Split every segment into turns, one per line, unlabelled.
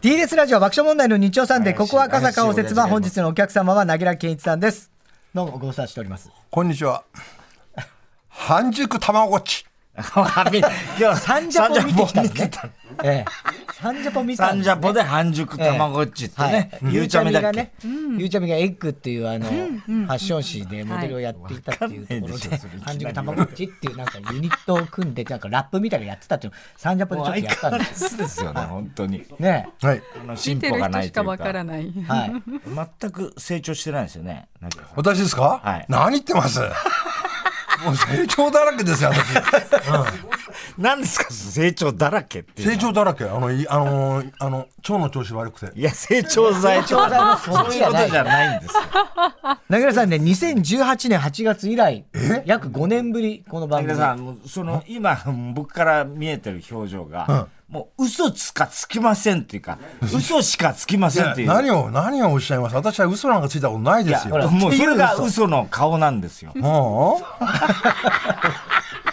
TBS ラジオ爆笑問題の日曜サンデー、ここは赤坂応接場、本日のお客様は、なぎら健一さんです。どうもご無沙汰しております。
こんにちは。半熟卵っち。
今日、サンジャポ見てきたんですね
サンジャポ見て。
ええ。サンジャポ見た
サ
ん
ン
です
ジ
ね
ャポで半熟卵っちってね、
はい
ゆうちゃみだっ
が
け
ね、ゆうちゃみがエッグっていうあの、ファッション誌でモデルをやっていたっていうところで、半熟卵っちっていうなんかユニットを組んで、なんかラップみたいなのやってたっていうのをサンジャポでちょっとやったんです
そうですよね、本当に。
ね。
はい。
あの
見
進
て
歩
る
が
人
ない
し
と
か
いう
わか
か、
らない。
はい。
全く成長してないですよね。なんか
私ですか、
はい
何言っ てますもう成長だらけですよ、私。
何ですか、成長だらけっていうの
成長だらけ。あの、いあのー、あの、腸の調子悪くて。
いや、成長剤
ちょうどあの そっ
そう
ち
いう
や
こと
ない
じ。ゃないんですよ。
なぎらさんね、2018年8月以来、約5年ぶり、この番
皆
組。
さん、もうその、今、僕から見えてる表情が、もう、嘘つかつきませんっていうか、嘘しかつきませんっていう。
何を、何をおっしゃいます私は嘘なんかついたことない
い
で
や
すよ。
ほらもう、それが嘘の顔なんですよ。
も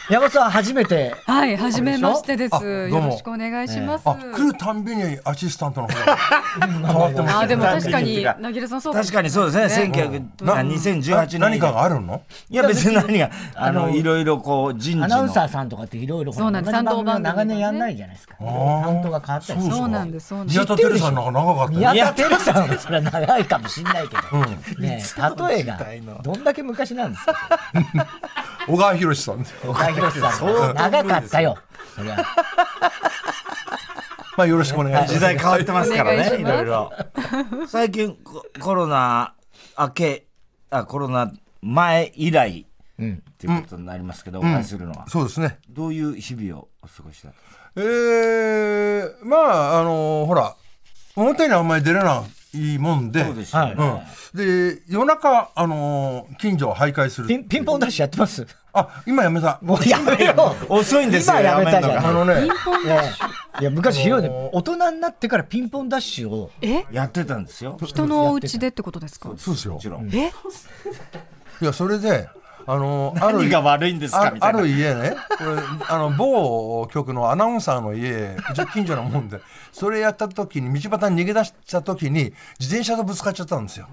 山本さん初めて、
はい、はじめましてで
あ
す。
どう
よ
も
ろしくお願いします。
うあ、来るたんびにアシスタントの 方が変わってます
あ、
よ
で
ね
も確かに、
てか
なぎらさんそう
確かにそうですね、1900、あ
な
2018年。
な何かがあるの
いや、別に何が、あの、いろいろこう、人事の。
アナウンサーさんとかっていろいろ、
そうなんです
同じ
担当番組
長年やんないじゃないですか。
ー
担当が変わったりする。
そうなんです、そうなんです。
宮田照さんなんか長かったよね。
宮田照さんはそれは長いかもしれないけど、ねえ例えがどんだけ昔なんですか
小川博 さん。
岡弘さんは長かったよそりゃ
まあ、よろしくお願いします。
時代変わってますから
お願いし
ね、い
ます
ろいろ。最近ココロナ明け、あ、コロナ前以来っていうことになりますけど、お会いするのは。
そうですね。
どういう日々をお過ごしだったんですか
えー、まあ、あのほら、表にあんまり出れないもんで、
そうですよね
うん、で夜中、あの近所を徘徊す
ピ
る。
ンピンポンダッシュやってます
あ、今やめた。
もうやめよう
遅いんですよ、
今やめたじ
やめん
ゃ
の
あ
ん
のね
ピン、ポン
ね
ダッシュ。
えいや昔ひどいね大人になってからピンポンダッシュを
え
やってたんですよ。
人のお家でってことですか
そうですよ
もち。ろん。
え
いや、それで、あのある
何が悪いんですか
あ
みた
あ
いな
る。家ね、これ、あの、某局のアナウンサーの家、うち近所なもんで、それやった時に、道端に逃げ出した時に、自転車とぶつかっちゃったんですよ。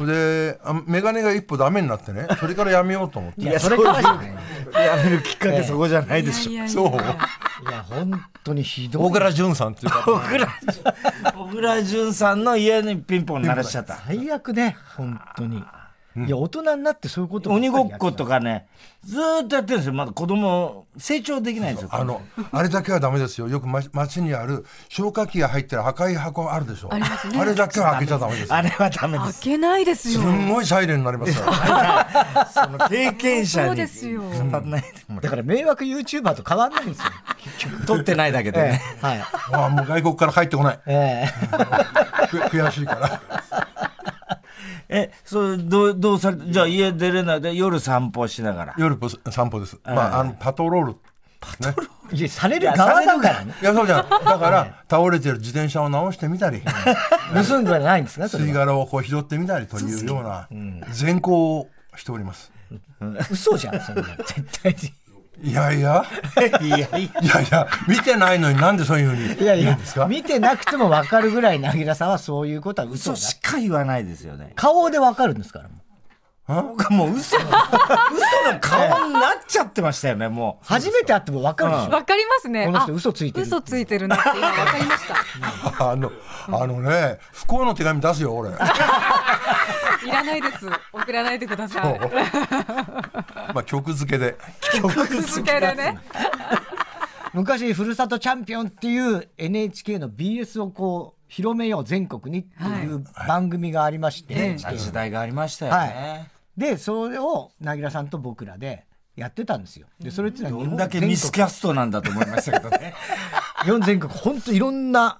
で、あメガネが一歩ダメになってね、それからやめようと思って。
いやそれからじゃない
やめるきっかけそこじゃないで
い
しょ。
やいやいや
そう
いや本当にひど
大
い
倉淳さんっていう方
小倉、小倉淳さんの家にピンポン鳴らしちゃった。
最悪ね本当にいや大人になってそういうことばっか
鬼
り
ご
や
っことかね、ずーっとやってるんですよ。まだ子供、成長できないんですよ。
あの、あれだけはダメですよ。よくま街にある消火器が入ってる赤い箱あるでしょ。
ありますね
あれだけは開けちゃダメですよ
あ。れはダメで
開
す。
けないですよ
す。んごいサイレンになりますから。
その経験者
そう
に
ですよ
語んないでもら
だから迷惑 YouTuber と変わんないんですよ
う撮ってないだけで
え
ね。
えはい
ああ、もう外国から帰ってこない。
え
く悔しいから。
え、それどうどうされじゃあ家出れないで夜散歩しながら。
夜ぽ散歩です。まあ、あの、パトロール。パトロー ル
えいやされる側だからね
いや、そうじゃん。だ から、倒れてる自転車を直してみたり、
盗んではないんですね、それ
吸い
は。
殻をこう拾ってみたりというような、善行をしております。
嘘じゃん、そんな。 絶対
いやいや、
いやいや
いやいや、見てないのになんでそういうふうに
に。いやい
言う
や
んですか、
見てなくても分かるぐらい、なぎらさんはそういうことは嘘
嘘
だ。
しか言わないですよね。
顔で分かるんですから。もう
僕はもう 嘘、嘘の顔になっちゃってましたよね、もう。
初めて会っても分かるでしょ。
わかりますね。
この人
あ
嘘ついてる
嘘ついてるなって今わかりました。
あの、あのね、不幸の手紙出す よ、俺。ま
いらないです。送らないでください。
あ、曲付けで。
続けるね。
昔、ふるさとチャンピオンっていう NHK の BS をこう、広めよう全国にっていう番組がありまして、
ええ
時代がありましたよ
は
ね。
い。で、それを、なぎらさんと僕らで、やってたんですよ。で、それっていうのは
ど
日
ん
本
だけ
全
ミ
国
スキャストなんだと思いましたけどね。
日本全国本当いろんな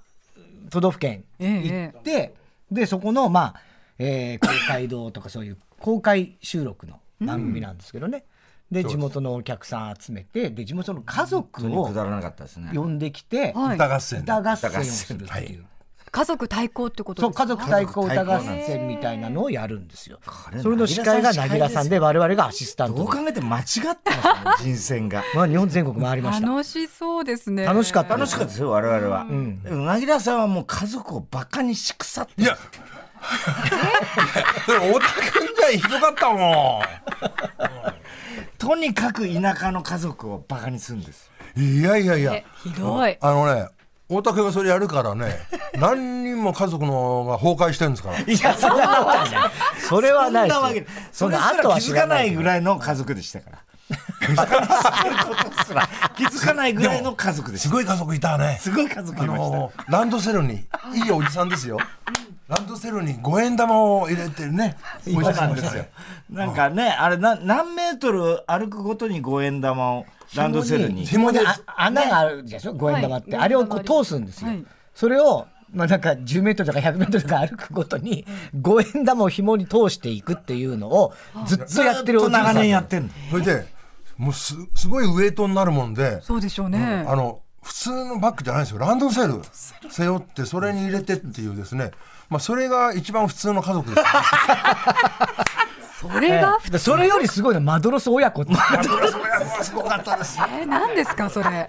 都道府県行って、でそこのまあ、えー公会堂とかそういう公開収録の番組なんですけどね、で地元のお客さん集めてで地元の家族
本当に
を
くだらなかったですね。
呼んできて
はい。
歌合戦。
歌合戦をするっていう。
家族対抗ってこと
そう
ですか
家族対抗歌合戦みたいなのをやるんですよ。それの司会がなぎらさんで我々がアシスタン
どう
ト
考。えても間違ってますね人選が
まあ日本全国回りました。
楽しそうですね
楽しかった
楽しかったですよ我々は、でもなぎらさんはもう家族をバカにし腐って
いや、それ太田君じゃひどかったも
とにかく田舎の家族をバカにするんです
ん。いやいやいや
え。ひどい
あのね、太田君がそれやるからね、何人も家族のが崩壊してるんですから。
いやそんなことはない。それはない
そんなわけ
ですよ。
それ
の
す
後
ら
は
気
知
づ
ら
かない
けど
ぐらいの家族でした から気づかないぐらいの家族でし
す
た
ごい家族いたね。
すごい家族
あ
いました
のランドセルにいいおじさんですよ。ランドセルに五円玉を入れてるね。おじさんですよ。
なんかねあれな何メートル歩くごとに五円玉をランドセルに
紐であ穴があるでしょ五円玉って、
はい
あれをこう通すんですよ、
はい
それをまあなんか10メートルとか100メートルとか歩くごとに五円玉を紐に通していくっていうのをずっとやってるお
ず
じい
と
さん
長年やってんの
それで、もうすすごいウエイトになるもんで、
そうでしょうね
あの普通のバッグじゃないんですよ。ランドセル背負ってそれに入れてっていうですね。まあそれが一番普通の家族ですよね。
それが
ええそれよりすごいのはマドロス親子って
マドロス親子はすごかったです。
え何ですかそれ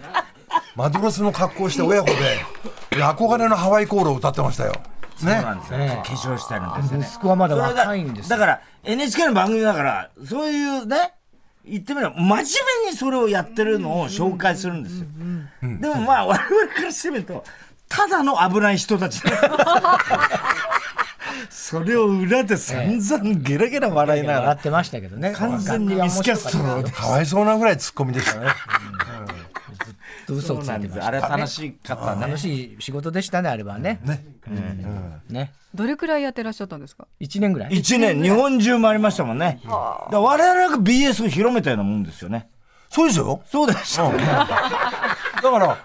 マドロスの格好して親子で、で憧れのハワイコールを歌ってましたよ。ね。
なんですよ化粧してるんですよね
息子はまだ
それ
若いんです
だ
よ
から NHK の番組だからそういうね言ってみれば真面目にそれをやってるのを紹介するんですよ、でもまあ我々からしてみるとただの危ない人たちそれを裏で散々ゲラゲラ笑いなが
笑
ら
ってましたけどね
完全に
楽屋も
ミスキャストの
かわいそうなぐらいツッコミでしたね。
嘘
そ
を
う
つ
ないん
て
で
ますし
あ
た
れ
ね
楽しかったね
楽しい仕事でしたねあれはね
ね。
ね
どれくらいやってらっしゃったんですか
1年ぐらい
1年日本中回りましたもんねだから我々が BS を広めたようなもんですよね
そうですよ。
そうでした
うん、だから、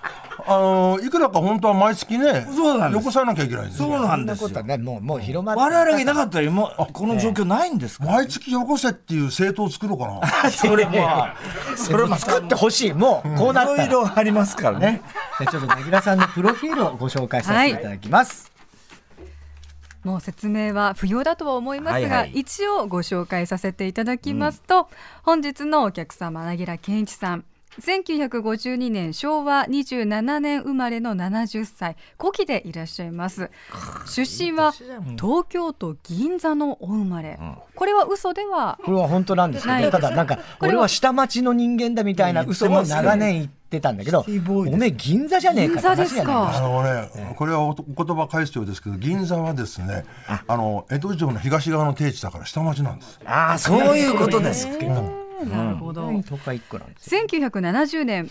あのいくらか本当は毎月ね、
そうなんです
よこさなきゃいけないんです
そう
よ。
そ
なん
ん
で
な
すよ
ことはねもうもう広まって
我々がいなかったら今この状況ないんですか、
毎月よこせっていう政党を作ろうかな。
それは
それも作ってほしいもうこうなった
い
ら
ろいろありますから
ね、
ね
じゃあちょっとなぎらさんのプロフィールをご紹介させていただきます。
もう説明は不要だとは思いま
は
すが、
いはい
一応ご紹介させていただきますと、本日のお客様柳楽健一さん1952年昭和27年生まれの70歳古希でいらっしゃいます出身は東京都銀座のお生まれ、これは嘘では
これは本当なんですけ
ない
ど、
です
ただなんか、
これは
俺は下町の人間だみたいな嘘を長年言ってたんだけど、
ティーボーイです
おめえ銀座じゃねえかって話じゃない
あのね、これはおお言葉返すようですけど、銀座はですね、あの、江戸城の東側の定地だから下町なんです。
ああそういうことです
なるほど、
都会一個なんですよ。
1970年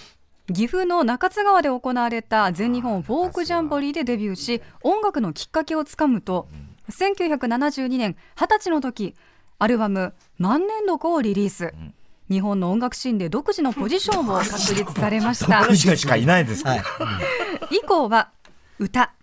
岐阜の中津川で行われた全日本フォークジャンボリーでデビューし音楽のきっかけをつかむと1972年20歳の時アルバム「万年床」をリリース日本の音楽シーンで独自のポジションを確立されました
この人しかいないですから、
はい。
以降は歌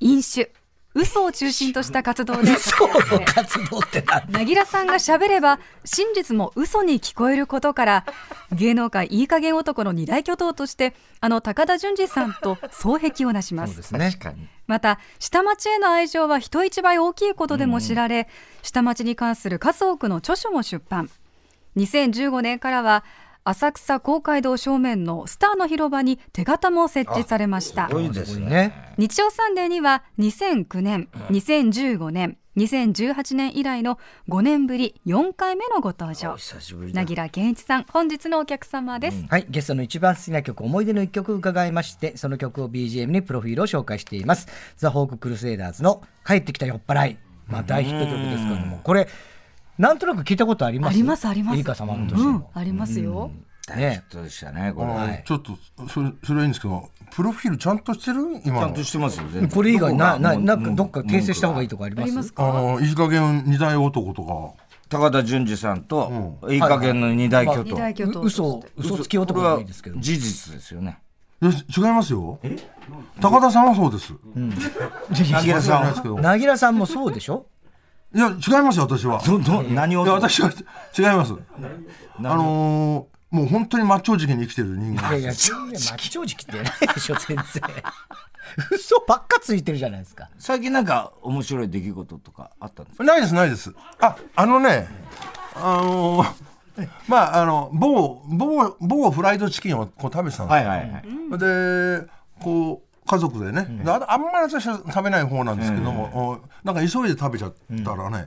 飲酒嘘を中心とした活動で
嘘の活動ってなん
なぎらさんが喋れば真実も嘘に聞こえることから芸能界いい加減男の二大巨頭としてあの高田純次さんと双璧をなしま
そう
す
ですね。
確かに
また下町への愛情は人一倍大きいことでも知られ、下町に関する数多くの著書も出版2015年からは浅草公会堂正面のスターの広場に手形も設置されました
そういうですね
ね。
日曜サンデーには2009年、2015年、2018年以来の5年ぶり4回目のご登場。
久しぶりだ
なぎら健一さん、本日のお客様です。
はい、ゲストの一番好きな曲、思い出の一曲伺いまして、その曲を BGM にプロフィールを紹介しています。ザ・ホーク・クルセイダーズの帰ってきた酔っ払い。まあ大ヒット曲ですけども、これ、なんとなく聞いたことありま
あ
す
りますあります。
エリカ様の年
う
も
ん、ありますよ。
ね。
そうでしたねこれ、
あのちょっと、それ、それはいいんですけど、プロフィールちゃんとしてる今
ちゃ
の。
んとしてますよ全然
これ以外な、
どこが
な、なんかどっか訂正した方がいい
文句
とかあり
あ
ま
りますすか。
あの、いい加減二大男とか。
高田純次さんと、いい加減の二大巨
二
頭、
大巨頭
う嘘、嘘つき男
これ
が
はい
いですけど。
事実ですよね
いや違いますよ。高田さんはそうです。
なぎらさんは
ん
なぎらさんもそうでしょ
いや、違いますよ、私は。
どど何を
いや、私は違います。あのーもう本当に末長時期に生きてる人間
いやい
で
や、
す。
真っ正直ってないでしょ、全然。嘘ばっかついてるじゃないですか。
最近なんか面白い出来事とかあったんですか
ないです、ないです。あ、あのね、あの、まあ、あの、某、某、某フライドチキンをこう食べてたんですよ。
はいはいはい。
でこう家族でね、でああんまり私は食べない方なんですけども、おなんか急いで食べちゃったらね、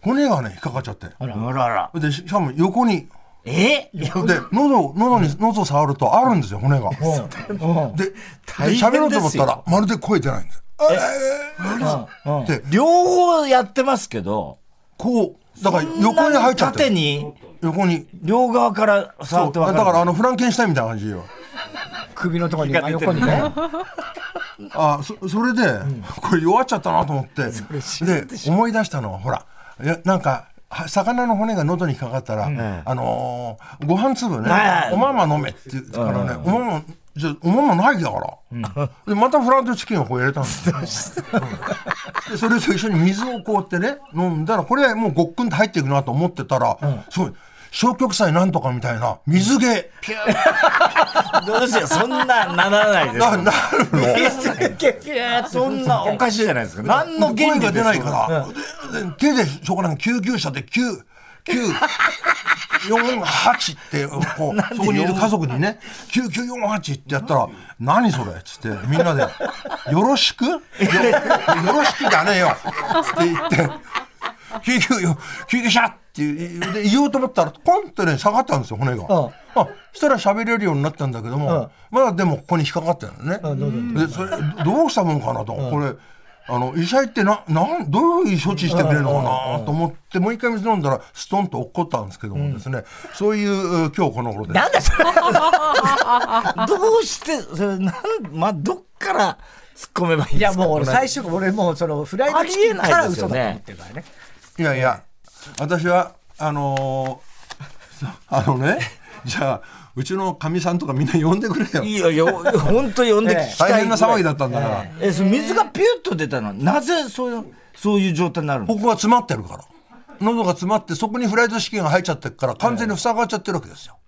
骨がね引っかかっちゃって
あらあら。
でししかも横に
え
で喉喉に、喉触るとあるんですよ骨 が。
うん
でで
大変ですよ
喋ろうと思ったらまるで声出ないんです。
うん
で
両方やってますけど、
こうだから横に入っちゃって
縦
る
に、
横に
両側から触
そ
っ
う
て
だ
わかる。
からあのフランケンシュタインみたいな感じよ。
首のところに、
が
真
出て
横
る
にね。
あそそれで、これ弱っちゃったなと思ってで思い出したのはほらいやなんかは魚の骨が喉に引っかかったら、あのーご飯粒ね、
はい
おまんま飲めって言うからね、おまんまじゃおまんまないだから、でまたフランドチキンをこう入れたん ですよ、うんでそれと一緒に水をこうやってね飲んだらこれもうごっくんと入っていくなと思ってたら、すごい消極剤なんとかみたいな水気、
どうしよう、そんなならないで
ななるの
す。そんなおかしいじゃないですか。何の原
声
理で
が出
す
ないから、でで手でそこなんか救急車で9、9、448って、こう、そこにいる家族にね、9948ってやったら、何それっつって、みんなで、よろしくよよろしくじゃねえよって言って、救急よ、救急車って言うで言おうと思ったら、コンってね、下がったんですよ、骨が。
うん
あしたら喋れるようになったんだけども、まだでもここに引っかかってるのね。
んどうぞ
でそれどうしたもんかなと、これあの医者行ってななんどういうふうに処置してくれるのかなと思って、もう一回水飲んだらストンと落っこったんですけどもですね、そういう今日この頃です。
なんだそれどうして、それ、なん、まあ、どっから突っ込めばいいん
い
で
や
すか
もう俺最初俺もうそのフライドチキンから嘘だと思ってるからね。
いやいや、私は、あのー あのね、じゃあ、うちのかみさんとかみんな呼んでくれよ。
いやいや、 本当呼んで聞きたい。
大変な騒ぎだったんだから、
え、その水がピュッと出たのはなぜそういう、そういう状態になるの
ここが詰まってるから。喉が詰まって、そこにフライドチキンが入っちゃってるから、完全に塞がっちゃってるわけですよ。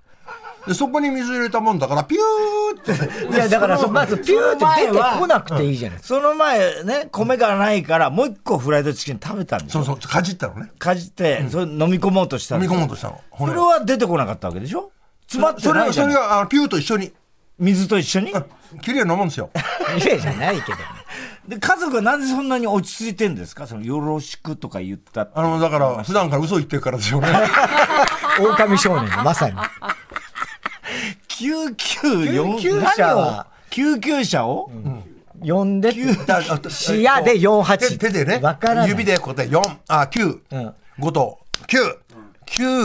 で、そこに水入れたもんだから、ピューって。
いやだからそのまずピューって出てこなくていいじゃないです
その前ね、米がないから、もう一個フライドチキン食べたんでし
そ
ょ
うそう、かじったのね。
かじって、それ飲み込もうとしたん
飲
で
み
しょ
込もうとしたの。
それ
を
は出てこなかったわけでしょ詰まって
それ
な
はい
じゃ
そ
ん
れ。はあのピューと一緒に、
水と一緒に
きれいに飲むんですよ。
か。綺麗じゃないけど。
で、家族はなんでそんなに落ち着いてんですかその、よろしくとか言ったって。
あの、だから、普段から嘘言ってるからですよね。
狼少年まさに。
救急
救急車は
救急車を
呼んで
だあと
視野で48
手手でね
わからない
指でこうやって4あ9、
うん
5と9948で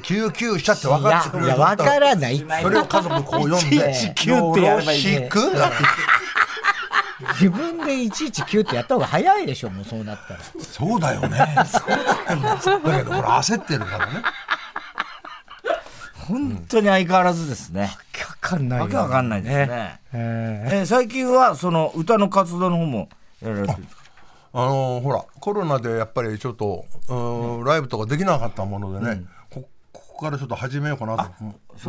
99しちゃって分かってくれ
い
る
や
と思
わ
った
からないって
それを家族こう読んで
119ってやればいいね
よろしくだって
自分でいちいちキューってやった方が早いでしょもうそうなったら。
そうだよねそうだけどほら焦ってるからね
本当に相変わらずですね。
わかんない
わけわかんないですね。
え
えー最近は、その、歌の活動の方もやられてるんですか
あのほらコロナでやっぱりちょっとうーんライブとかできなかったものでね、こここからちょっと始めようかなと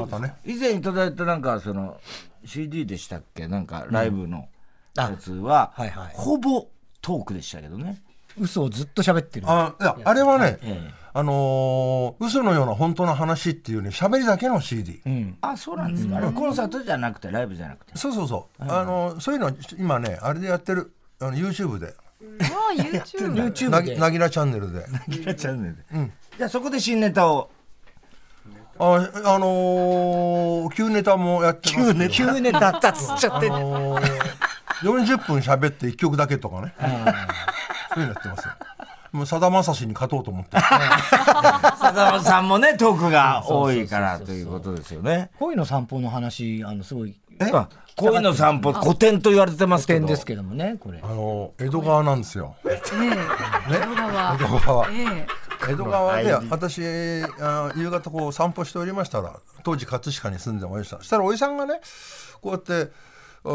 またね
以前いただいたなんか、その、CD でしたっけなんか、ライブのやつは、
はいはい
ほぼトークでしたけどね。
嘘をずっと喋ってる。
あいやあれはね、
ええ
あのー嘘のような本当の話っていうね喋りだけの CD、
あ、そうなんですか。あれコンサートじゃなくて、ライブじゃなくて。
そうそうそう、あのーそういうのは今ねあれでやってるあの YouTube で
ああ YouTube
YouTube
な
で
ぎなぎらチャンネルで
キ ラチャンネルで。じゃあそこで新ネタを。
ああのー旧ネタもやってますけど
急ねだったっつっちゃって
あのー40分喋って1曲だけとかねそういうのやってますよもうさだまさしに勝とうと思って
佐々木さんもね、トークが多い からということですよね。
恋の散歩の話あのすごい
あ恋の散歩、古典と言われてますけ
点
ど。
ですけどもねこれ
あ。の江戸川なんですよ、ね、
ね
江戸川
えええ
江戸川で私あー夕方こう散歩しておりましたら当時葛飾に住んでおりましたそしたらおじさんがねこうやってう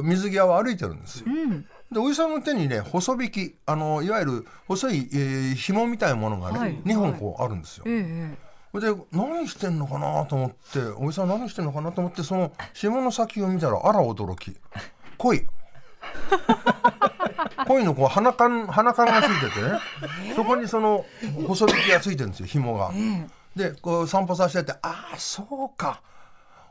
ー水際を歩いてるんですよ。でおじさんの手にね細引きあのいわゆる細い、えー紐みたいなものがね、
はい
2本こうあるんですよ。
ええ
それで何してんのかなと思っておじさん何してんのかなと思ってその紐の先を見たらあら驚き恋 恋のこう鼻缶鼻缶がついててね、そこにその細引きがついてるんですよ紐が。でこう散歩させてて「ああそうか」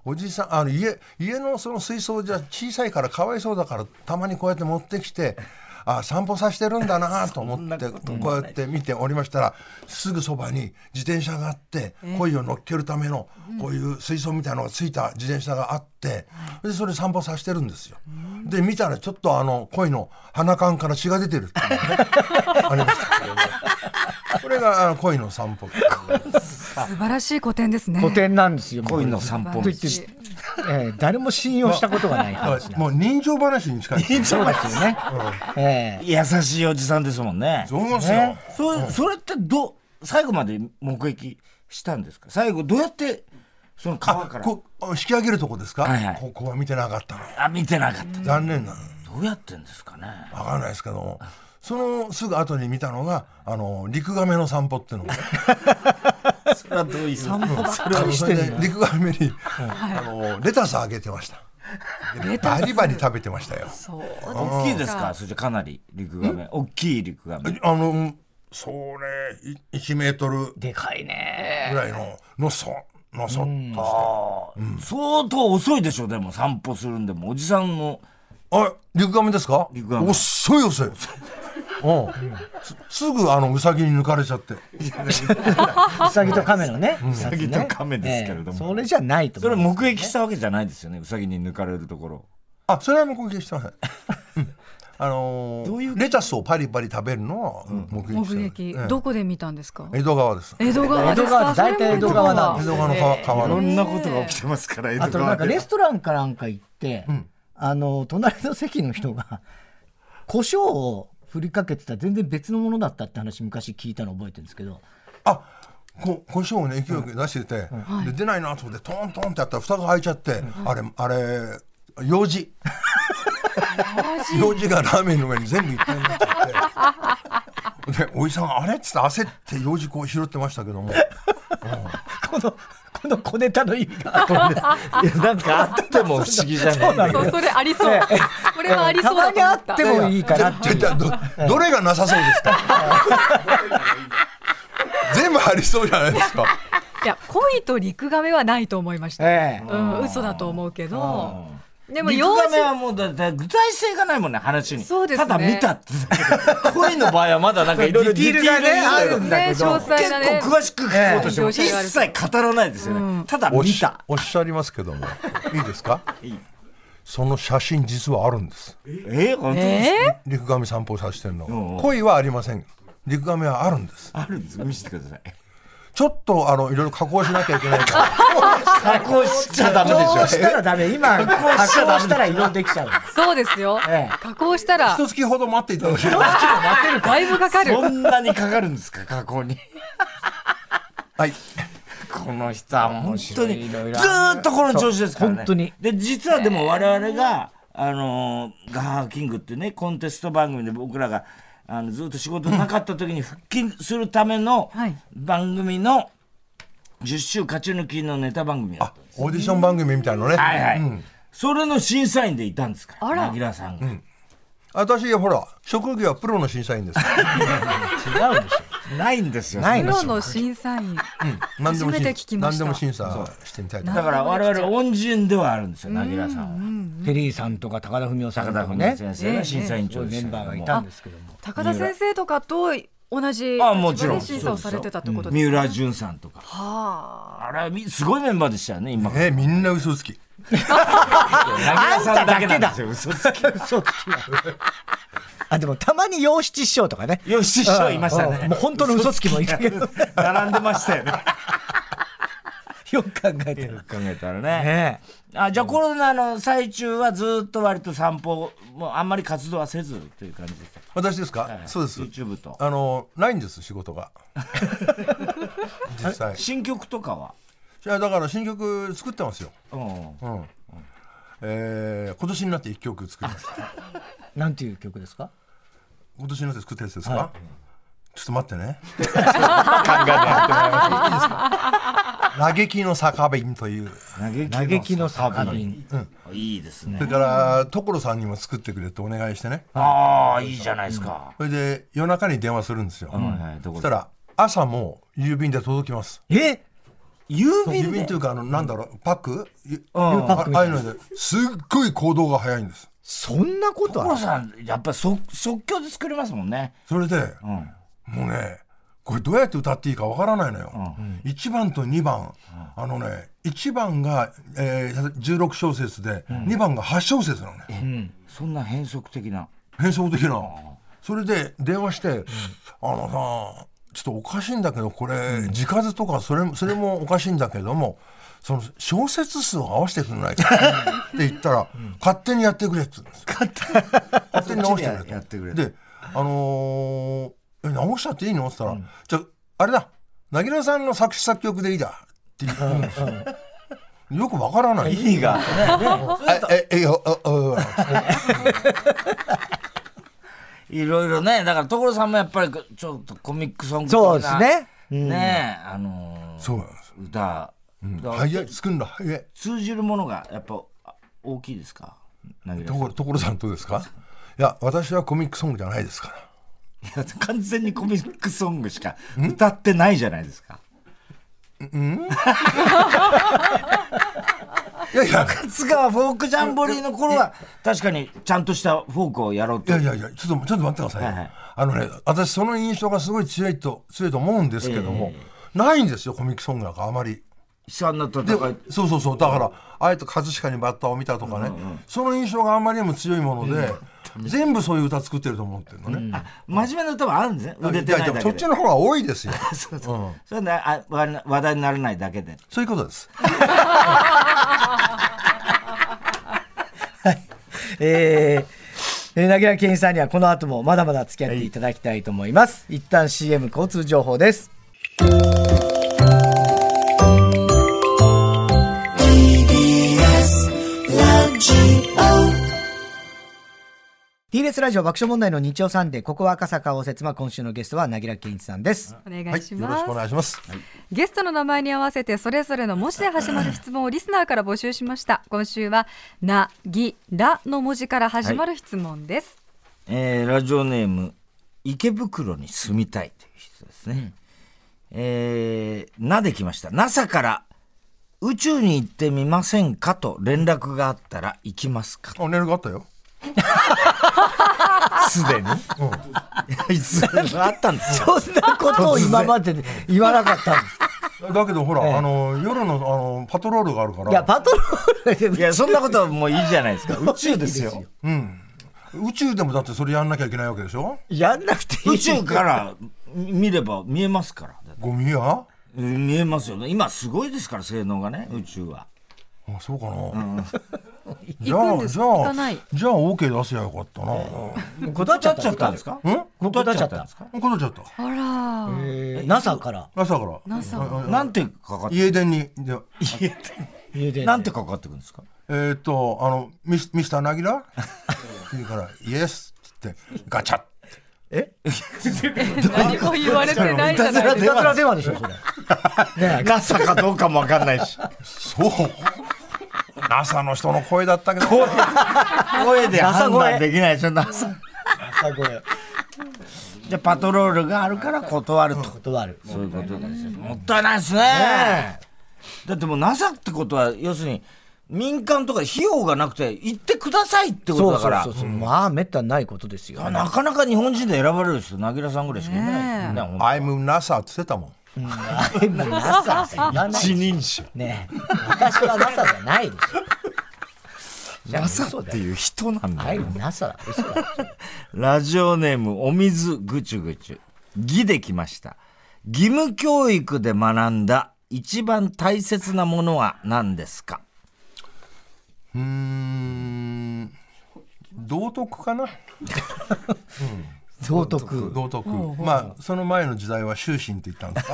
おじさんあの家家のその水槽じゃ小さいからかわいそうだからたまにこうやって持ってきてあ散歩させてるんだなと思ってこうやって見ておりましたらすぐそばに自転車があって鯉を乗っけるためのこういう水槽みたいなのがついた自転車があってでそれ散歩させてるんですよ。で見たらちょっとあの鯉の鼻管から血が出てるっていうのがねありました。これがあの鯉の散歩。
素晴らしい古典ですね。
古典なんですよ。
恋の散歩
と言って、えー誰も信用したことがない話なんです。
もう人情話に近い。
そうですよね。え
優しいおじさんですもんね。
そうですよ
ねそそれってど、最後まで目撃したんですか最後、どうやって、その川から。
こ引き上げるとこですか、
はいはい
ここは見てなかったの
あ、見てなかった。
残念な
どうやってんですかね。
分かんないですけどもそのすぐ後に見たのがあの陸亀の散歩っていうのが
それはどういう散
うん
歩
あのそれで陸亀に、あのレタスあげてましたでバリバリ食べてましたよ
そう
大きいですかそれじゃかなり、陸亀。大きい陸亀。
あのそれい1メートル
ーでかいね。
ぐらいののそのそっと
あー相当遅いでしょ、でも散歩するんでも、おじさんの。
あ陸亀ですか
陸亀
遅い遅いうんすすぐあのウサギに抜かれちゃって
ウサギとカメのね。ウサ
ギと亀ですけれども
それじゃないと
そ
思
れ
う。
目撃したわけじゃないですよね、うさぎに抜かれるところ。
あそれは目撃してません。うんあのー
どういう
レタスをパリパリ食べるのは目撃して
目
ま
撃、
ええ
どこで見たんですか。
江戸川です。江
江戸川です
江戸
か。
川大体江戸川なんで
戸川の川川
いろ
の
んなことが起きてますから、江
あとなんかレストランかなんか行って、
ん
あの隣の席の人が胡椒を振りかけてたら全然別のものだったって話昔聞いたの覚えてるんですけど、
あこ胡椒をね勢いよく出してて、で出ないなと思ってトントンってやったら蓋が開いちゃって、あれあれ用事用事がラーメンの上に全部いっぱいになっちゃってでおじさんあれっつって焦って用事こう拾ってましたけども。
このこの小ネタの意味が後で
なんかあっても不思議じゃない
そうそれありそう。 これはありそ
た
う
ま
だ
に
と思
あ
っ
ったて。もいいかなってい
じゃあどどれがなさそうで すか全部ありそうじゃないですか
いや恋と陸亀はないと思いました。
ええ
うん嘘だと思うけど。でも
陸
用事
亀はもうだって具体性がないもんね話に
そうですね
ただ見たってだけ恋の場合はまだなんかいろいろ
ディティールがねあるんだけ
ね
ど
詳細がね
結。構詳しく聞こうとしても
ええ
一切語らないですよねただ
おっ
見
しゃ
た
おっしゃりますけどもいいですかその写真実はあるんです
ええ本当
え
に
陸亀散歩させてるの、
んうん
恋はありません陸亀はあるんです
あるんです見せてください
ちょっとあのいろいろ加工しなきゃいけないか
加
ら
工しちゃダメで
加工
し
したらダメ今加工
しちゃダメ
したら移動できちゃう
ーそうですよ
ええ。
加工したら
一月ほど待っていただければ
だいぶかかる
ょ。そんなにかかるんですか加工に
はい
この人は本当に
面
ず
白い
ーっとこの調子ですからね
本当に
で実はでも我々があのーガハハキングっていうねコンテスト番組で僕らがあのずーっと仕事なかった時に復帰するための
はい
番組の10週勝ち抜きのネタ番組だったんです
オーディション番組みたいのね、
はいはい、
うん
それの審査員でいたんですから
あら
なぎらさんが、
私ほら職業はプロの審査員です、
違うでし
ないんですよ
ない
プ
の
ロの審査員。
うん、何でも
初め
審
て聞きま
何
した
でも審査してみたいと
だから我々恩人ではあるんですよなぎらさんは、
ょテリーさんとか高田文夫さん
高
と
田
か
文
ねす
夫先生が審査委員長
ごいメ
でした
ン
けど
バーがい
も
たんですけども
高田先生とかと同じ
あもち
立
ろ
場
ん
で審査をされてたってこと
三
です。
浦淳さんとか
は
あれはみすごいメンバーでしたよね 今
えみんな嘘つき
あんただけだ。
そうあでもたまに洋七師匠とかね
よし、師匠いました
うん
ね
もう。本当の嘘つきもいたけど
並んでましたよね。
よく考えてる
考えたらね。
ね
あ、じゃあコロナの最中はずっと割と散歩、もうあんまり活動はせずという感じです。
私ですか、
い
そうです。
YouTube と
あの、ないんです、仕事が。実際。い
新曲とかは
や、だから新曲作ってますよ。
うん。
うん。えー、今年になって一曲作りました。
なんていう曲ですか
今年になって作ったやつですか、ちょっと待ってね。
考
嘆きの酒瓶という。
嘆きのサービン
いいです
それ
ね。
から、所さんにも作ってくれってお願いしてね。
ああ、いいじゃないですか。
それで、夜中に電話するんですよ。
はいはいど
そ
こ
し
で
たら、朝も郵便で届きます。
え
郵
郵
便
便
で
というか、あの、なんだろう、パックゆ
うん
あああいうので、すっごい行動が早いんです。
そんなこと
所
ある
さん、やっぱ即即興で作れますもんね。
それで、
うん。
もうね、これどうやって歌っていいかわからないのよ。1番と2番、あのね、1番が、えー、16小節で、2番が8小節なのね。
そんな変則的な。
変装的な。それで電話して、あのさ、ちょっとおかしいんだけど、これ、字数とかそれ、それもおかしいんだけども、その小説数を合わせてくれないかって言ったら、勝手にやってくれって言うんです勝手勝手に直してくれ
そっちでやってくれ
で、あのーえ、直しちゃっていいのって言ったら、じゃあ、あれだ、なぎらさんの作詞作曲でいいだって言うんですよ。よくわからない。
えが。
え、え、え、おおお
いろいろね、だから所さんもやっぱりちょっとコミックソング的な
そうです。ね
ねえ、あのー
そうなんです。
歌、だから
早い、作るんだ、早い。
通じるものがやっぱあ大きいですか。何が
ところところさんどうですかいや私はコミックソングじゃないですから
だって完全にコミックソングしか歌ってないじゃないですか。
いやいや
津川フォークジャンボリーの頃は確かにちゃんとしたフォークをやろう
い
と。
やいやいやちょっとちょっと待ってください、
はいはい
あのね私その印象がすごい強いと強いと思うんですけども、ないんですよコミックソングなんかあまり
悲惨な戦
で
い。
そうそうそうだからあえて葛飾にバッターを見たとかね、その印象があまりにも強いもので、全部そういう歌作ってると思ってるのね、
真面目な歌もあるんですね。売れてない
や
だ
い
け
やそっ
で
ち。の方が多い ですよ
そうそうそれはなあわな話題にならないだけで。
そういうことです
えーえー、なぎらけんさんにはこの後もまだまだ付き合っていただきたいと思います、一旦 CM 交通情報ですラジオ TBS ラジオ爆笑問題の日曜サンデーここは赤坂応接間今週のゲストはなぎらけんさんです
お願
はい
し
いよろ
ま
し
す
くお。願いします、
ゲストの名前に合わせてそれぞれの文字で始まる質問をリスナーから募集しました。今週はなぎらの文字から始まる質問です。
えーラジオネーム池袋に住みたいという人ですね、えーなできました NASA から宇宙に行ってみませんかと連絡があったら行きますか
あ連絡があったよ
すでに
いつ あったんですよ
そんなことを今まで言わなかったんです
だけどほら、あの夜のあのパトロールがあるから
いやパトロール
いやそんなことはもういいじゃないですか 宇宙ですよ
宇宙でもだってそれやんなきゃいけないわけでしょ
やんなくていい
宇宙から見れば見えますからだって
ゴミやあ
うん見えますよね今すごいですから性能がね宇宙は
そうかな、じ
行くん
ゃ
で
あ
す
じ
か
ゃ
行か
あ
ない。
じゃあ OK 出せばよかったな、
断っちゃった
ちゃったんですか
うん
断っちゃったんですか
断っちゃった
あらー、
えー NASA から
朝から
なんてかかって
家電にで
家で
なんてかかってくるんですか
えーっとあのミスミスターなぎらって言うから「イエス」ってってガチャッ
何も言われてないじ ゃない
いたずら電話でしょそれねえ
NASA かどうかもわかんないし
そう NASA の人の声だったけど
声で判
朝声
断できないでしょ NASA
朝声
じゃあパトロールがあるから断ると、
断る
そういうことですよもったいないですねだってもう NASA ってことは要するに民間とか費用がなくて行ってくださいってこと
そう
だ
そ
か
う
ら
そうそうまあめったにないことですよ
なかなか日本人で選ばれる人なぎらさんぐらいしかいないですよね
「I'm NASA」って言ってたもん
でも NASA って言わない
一人称。
ねえ私は NASA じゃないでしょ
NASA っていう人なんだ
はい NASA だ嘘だ
ラジオネームお水ぐちゅぐちゅ。義できました。義務教育で学んだ一番大切なものは何ですか
うーん道徳かな
道徳
道徳まあその前の時代は修身って言ったんで すか、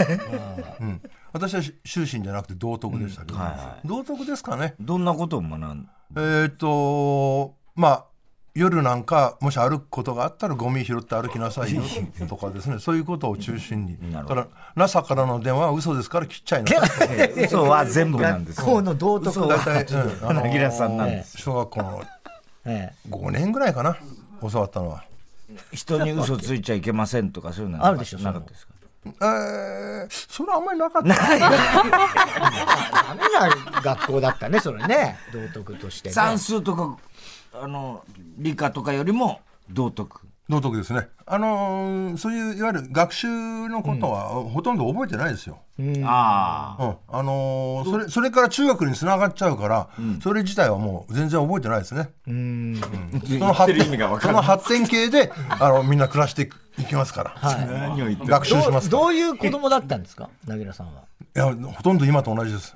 うん、私は修身じゃなくて道徳でしたけど、道徳ですかね
どんなことを学ん
えっ、とまあ夜なんかもし歩くことがあったらゴミ拾って歩き なさいよとかですねそういうことを中心にだから NASA からの電話は嘘ですから切っちゃいな さい
嘘は全部なんです
学校の道徳
嘘
を
だ
大体、うんあのー
柳楽さんなんです
小学校の
ええ
5年ぐらいかな教わったのは。
人に嘘ついちゃいけませんとかそういうのは
あるでしょ
なかったですか
えー、それはあんまりなかった。
ダメな学校だったねそれね道徳としてね
算数とかあの理科とかよりも道徳
道徳ですね。あのーそういういわゆる学習のことはほとんど覚えてないですよ。
ああ
うん、あのーそれそれから中学につながっちゃうから、それ自体はもう全然覚えてないですね。うんその発展その発展系 であのみんな暮らしていくいきますから、
何を言って
学習し
ど
ま
う
すから。
どういう子供だったんですかなぎらさんは
やほとんど今と同じです。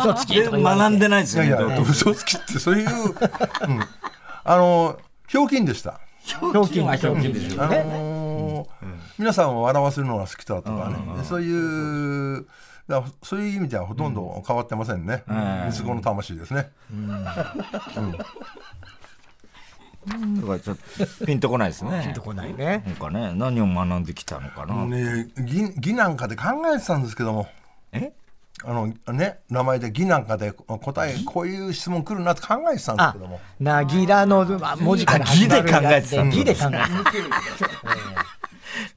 嘘つきとか言われて
学んでないです
いや
よ
い
ね
や
道徳
嘘つきってそういう、うん、あのひょうきんでした。
ひょうきんはひょうきんです
あ
よ
の
ね
ー皆さんを笑わせるのが好きだとかね、そういう。だからそういう意味ではほとんど変わってませんね、息子の魂ですね、
とかちょっとピンとこないですね
とこないね
なんかね何を学んできたのかな、
ね義義なんかで考えてたんですけども
え
あのね名前で義なんかで答えこういう質問来るなって考えてたんです
あ
けども
なぎらのあ文字から始まるやつ
あ
ぎ
ぎ
で
で
考えてた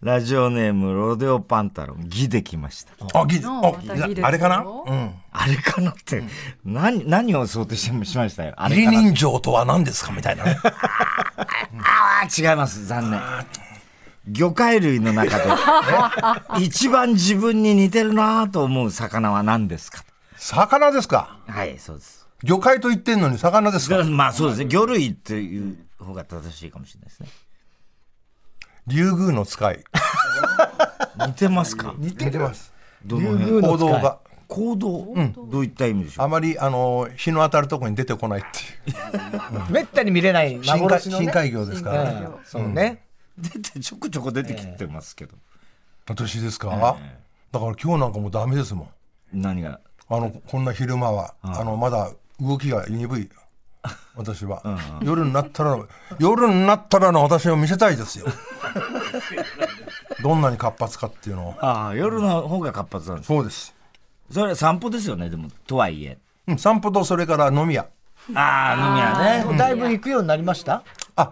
ラジオネームロデオパンタロン義できました
あ義
あ
あ
また義です
あれかな、
よ
うん、
あれかなって、何何を想定してしましたよあれ
義
かな
人情とは何ですかみたいなね
あー違います残念魚介類の中で一番自分に似てるなぁと思う魚は何ですか
魚ですか
はいそうです
魚介と言ってんのに魚ですか
まあそうですね魚類っていう方が正しいかもしれないですね
竜宮の使い
似てますか
似てます
ど
竜
の辺
宮の
行
使
動
い
が
行動、どういった意味でしょ
あまりあの日の当たるところに出てこないって いう
めったに見れない
深海
幻のね
深海魚ですから、ね、
うんそうね
う出てちょこちょこ出てきてますけど、
私ですか、だから今日なんかもうダメですもん
何が
あのこんな昼間は、あのまだ動きが鈍い私は、夜になったら夜になったらの私を見せた いですよどんなに活発かっていうのを
ああ夜の方が活発なんです
そうです、
それは散歩ですよねでもとはいえ
うん、散歩とそれから飲み屋
ああ飲み屋ね
だいぶ行くようになりました
あ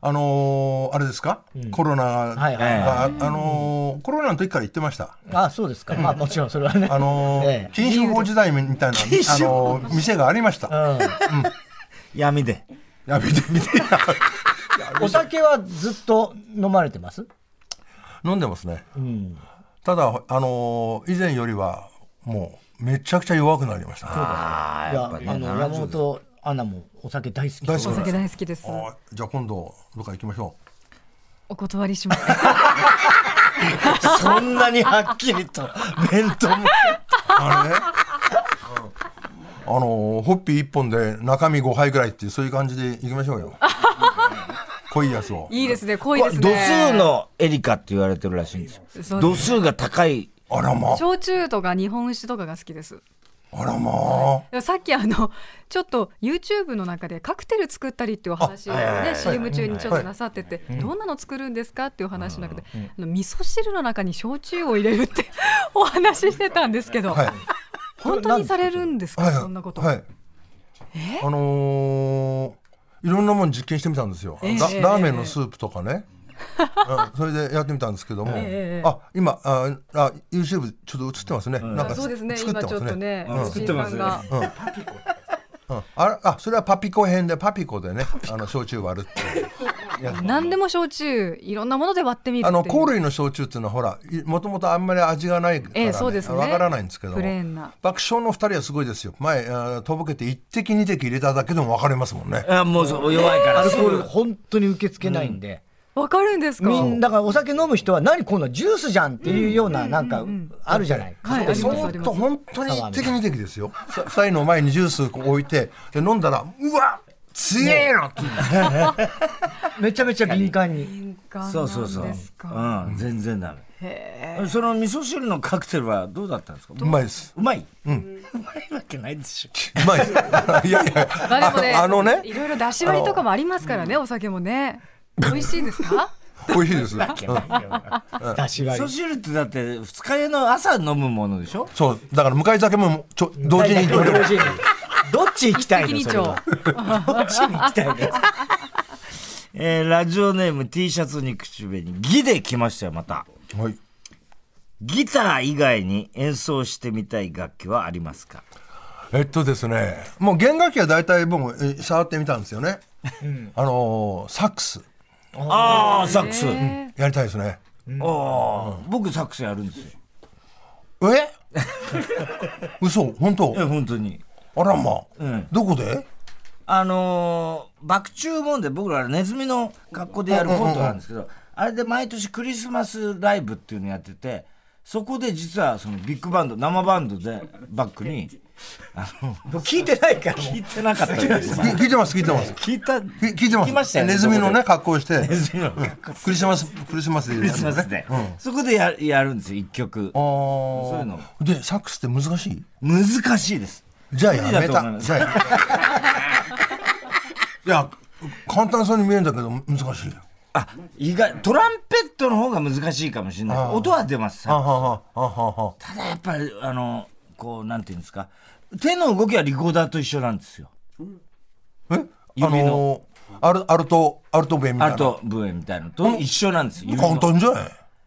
あのーあれですか、コロナが、
はいはい
ああのーコロナの時から言ってました
あそうですかまあもちろんそれはね
あのー
ええ
禁酒法時代みたいな、あのー店がありました。
闇で
いや見て見て
お酒はずっと飲まれてます
飲んでますね。ただあのー以前よりはもうめちゃくちゃ弱くなりました。
ああ
い
やっ
や
ぱね
あの
70
山本アナもお酒大好き
大好
お
き
酒大好きです。
あーじゃあ今度どっか行きましょ
お断りします。
そんなにはっきりと面と向
う。あれ、うんあのーホッピー一本で中身5杯ぐらいっていうそういう感じで行きまし ょうよ。濃いやつを。
いいですね、濃いですね。
度数のエリカって言われてるらしいんですよ
そう
度数が高い
あらま
焼酎とか日本酒とかが好きです。
あらま
でもさっきあのちょっと YouTube の中でカクテル作ったりっていうお話を
あ
ね、
はいはいはい
CM 中にちょっとなさってて、どんなの作るんですかっていうお話の中で、あの味噌汁の中に焼酎を入れるってお話ししてたんですけど、
はい。
本当にされるんですか、
はいはい
そんなこと、
はいあのーいろんなもん実験してみたんですよ、
ええ
ラ
ええ
ラーメンのスープとか ね、うん、それでやってみたんですけども、
ええ
あ今ああ YouTube ちょっと映ってますね、なん
あ
か
そうですね
作って
今
ま
ちょっ
す
と
ね
ね、
うん
藤井さんが
作ってます
うんあれあそれはパピコ編でパピコでねあの焼酎割るっていう
何でも焼酎いろんなもので割ってみるって
あ
いう
の香類の焼酎っていうのはほらいもともとあんまり味がないから、ね
ええそうですね
わからないんですけども
プレーンな
爆笑の二人はすごいですよ前あーとぼけて一滴二滴入れただけでも分かりますもんね
あもうそう弱いから
アル
す
コー
ぐ
ル本当に受け付けないんで、
わかるんですか
みんながお酒飲む人は何このジュースじゃんっていうようななんかあるじゃない、
はいあり
そ
ますあ
ー
り
っ
ま
と
す
本当に一滴二滴ですよ。さ二人の前にジュースこう置いてで飲んだらうわっ強えのって
めちゃめちゃ敏感に。
そうそうそう。
ですか
うん、全然ダメ。その味噌汁のカクテルはどうだったんですか
うまいです
うまいうん。うまいわけないでしょ。
うまいいやいや
まあでもね、
ああのね
いろいろ出し割りとかもありますからね、お酒もね。美味しいですか？
美味しいです、うん
出し
味
割
噌
り。
汁ってだって二日酔いの朝飲むものでしょ
そうだから向かい酒もちょ同時に
同
取れる
時にどっち行きたい
一
の
石
そ
二
れ
鳥
は。どっちに行きたいの
えーラジオネーム T シャツに口紅。ギで来ましたよ、また。
はい
ギター以外に演奏してみたい楽器はありますか
えっとですねもう弦楽器は大体僕もえ触ってみたんですよね、あのーサックス
ああ、サックス。
え
やりたいですね
ああ、僕サックスやるんですよ。
え嘘本当
え、本当に。
あらま、
ん
どこで
あのー、爆注文で僕らネズミの格好でやるコントなんですけど、あれで毎年クリスマスライブっていうのやってて、そこで実はそのビッグバンド、生バンドでバックに、あの、
もう聞いてないから。
聞いてなかったです。
き聞いてます聞いてます
聞いた、
き聞いてます
聞きましたよね
ネズミのね格好をして
ネズミの格好
うんクリスマスクリスマスでや
ク
る
リスマスで。そこでややるんですよ、一曲。
あ
そういう
ー
の
でサックスって難しい
難しいです。
じゃあや
無理だ
め
と思い
た
ます
じゃあやめたいや簡単そうに見えるんだけど 難しいよ
あ、意外、トランペットの方が難しいかもしれない。音は出ます。
はははははは
ただやっぱり、あの、こう、なんていうんですか。手の動きはリコーダーと一緒なんですよ。
えあ
指
のーアルアルトアルトベみたい
ア
な
ルトブエみたいなのと一緒なんですよ。指の
簡単じゃない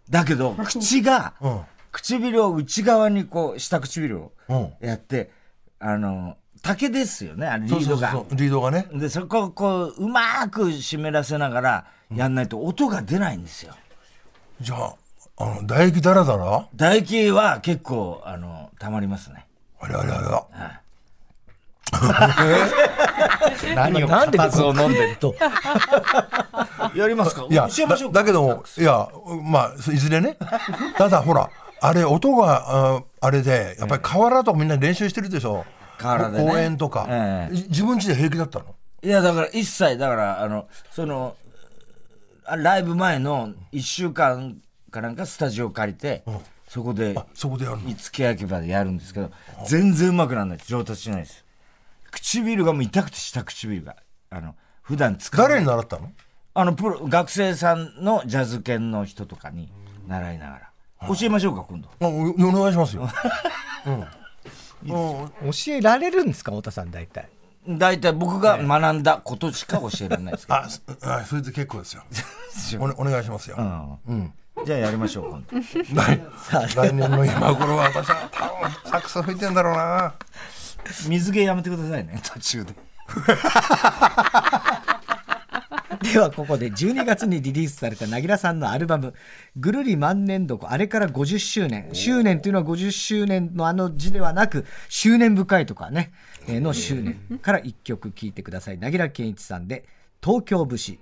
だけど、口が、
ん
唇を内側にこう、下唇を
うん
やって、あの、竹ですよね、あのリ
そ
ード
うそう
が。
そうリードがね
で、そこをこう、うまーく湿らせながらやんないと音が出ないんですよ。
じゃああの唾液だらだら
唾液は結構、あの、溜まりますね。
あれあれあれ
何をなんで水を飲んでると。
やりますか
いや
教えましょうか。
だだけどもいやまあいず れねただほらあれ音がああれでやっぱり河原とかみんな練習してるでしょ
河原でね
公園とか、
ええ
じ自分家で平気だったの
いや、だから一切、だから、あの、その、あライブ前の1週間かなんかスタジオ借りて、そこで、
あそこでやるの
いつけ焼き場でやるんですけど、全然うまくならないです。上達しないです。唇がもう痛くて下唇が。あの、普段使う。
誰に習ったの
あの、プロ、学生さんのジャズ犬の人とかに習いながら。教えましょうか、今度。
あおお願いし ますよ
教えられるんですか太田さん大体。
大体僕が学んだことしか教えられないですけど。
あそあそれで結構ですよおねお願いしますよ、
うん。じゃあやりましょう、 今度。
来来年の今頃は私は多分サックス吹いてんだろうな
水毛やめてくださいね、途中で。
ではここで12月にリリースされたなぎらさんのアルバム「ぐるり万年床あれから50周年」周年というのは50周年のあの字ではなく執念深いとかねえーの執念から1曲聴いてくださいなぎら健一さんで「東京節」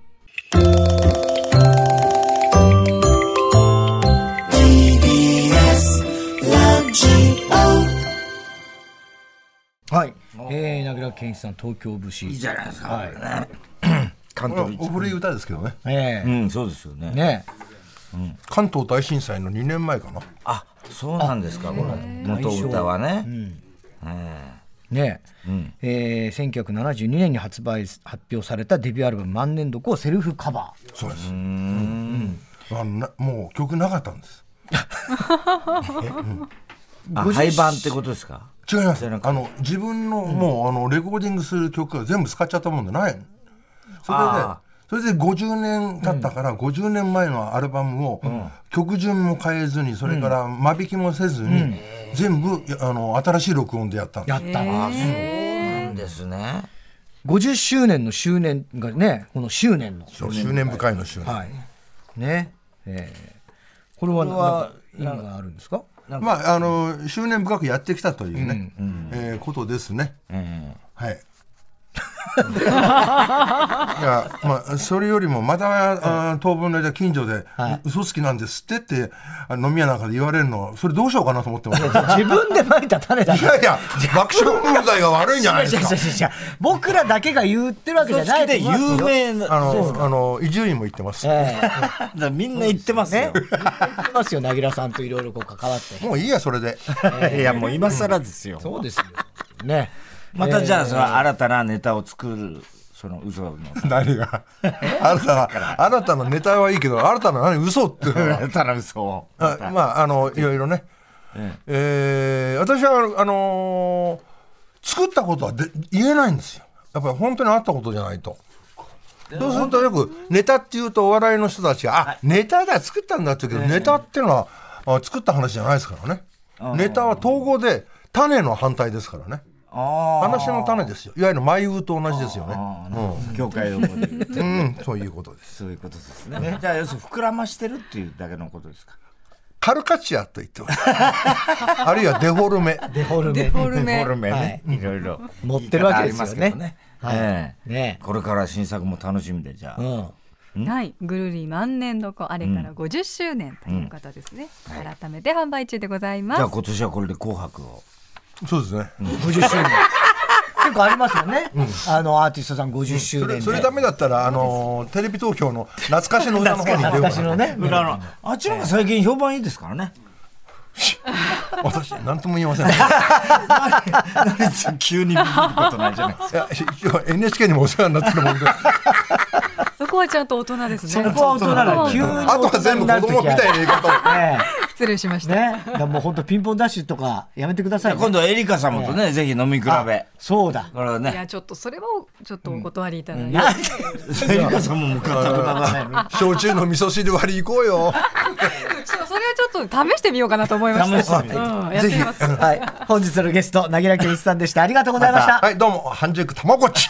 はい、えー、なぎら健一さん東京節
いいじゃないですか、
はい
これね。関
こ
東
れ古い歌ですけどね
え
う
え
ん、そうですよね。
ね
関東大震災の2年前かな
あ、そうなんですか、これ。元歌はね。うん
えねえ、えー1972年に発売発表されたデビューアルバム「万年床」をセルフカバー
そうですうんあのなもう曲なかったんです
あ、廃盤ってことですか
違いますあの自分のもうあのレコーディングする曲が全部使っちゃったもんじゃないそれで
あ
それで50年経ったから50年前のアルバムを曲順も変えずにそれから間引きもせずに全部あの新しい録音でやったんです
やったの、
うんですね。
50周年の周年がねこの執念の
そう執念深いの執念
はいねえーこれはなんか意味があるんですか
まあ、あの執念深くやってきたというね、えーことですね。はい。いや、まあ、それよりも、また、あー当分の間、近所で、嘘つきなんですってって、あ飲み屋なんかで言われるの、それどうしようかなと思ってます。い
自分で撒いた種だから
やいや、爆笑問題が悪いんじゃないです
違
か
う。違う違う違う僕らだけが言ってるわけじゃないと
で
思いますよ
有名な、
あの、あの、伊集院も言ってます。
ええ
みんな言ってますよ。
言ってますよ、なぎらさんといろいろこう関わって。
もういいや、それで。
い や、もう今更ですよ。
そうですよ。ね。
またじゃあ、その新たなネタを作る、その嘘の。
何が。あなたは、あなたのネタはいいけど、あなたの何、嘘っていうのは。
新たな嘘を。
あまあ、あの、いろいろね。えー私は、あのー作ったことはで言えないんですよ。やっぱり本当にあったことじゃないと。そうするとよく、ネタっていうとお笑いの人たちが、あ、ネタだ、作ったんだって言うけど、ネタっていうのは、あ作った話じゃないですからね。ネタは統合で、種の反対ですからね。
あ
話の種ですよ。いわゆる眉うと同じですよね。
あ、教会のことで言うと
うん、そういうことです。
そういうことですね。じゃあ、要するに膨らましてるっていうだけのことですか。
カルカチアと言ってます。あるいはデフォルメ。
デフォルメ
デ。フォルメ
フォルメね。いろいろ。
持ってるわけですよね
言い方ありまけどね。ええ
ね。
これから新作も楽しみで、じゃ
う
あ。
ん。
はい、ぐるり万年どこあれから50周年ということですね、改めて販売中でございま
じ
す
ゃあ、今年はこれで紅白を。
そうですね。
50周年。結構ありますよね。あのアーティストさん50周年で。
それダメだったら、あのーテレビ東京の懐かしの歌の方に出よう
懐か
か
し
な
のね。
裏の、あっちの方が最近評判いいですからね。
私何とも言えませんい
急にビビることないじゃないですか。
や一応 NHK にもお世話になってるもんで
そこはちゃんと大人ですね
そこは大人だ。急に
あとは全部子供みたいな言い方を
な。
失礼しました、
ね。ね。もう本当ピンポンダッシュとかやめてください。
今度はエリカ様とね、ぜひ飲み比べ。
そうだ。
これはいね、
やちょっとそれはちょっとお断りいただいて、
なんで
エリカ様も向かったことがないのに。
焼酎の味噌汁割り行こうよ
そうそれはちょっと試してみようかなと思いました
試してみて
うん、やってみます
はい。本日のゲスト、なぎら健一さんでした。ありがとうございました。
はいどうも半熟たまごっち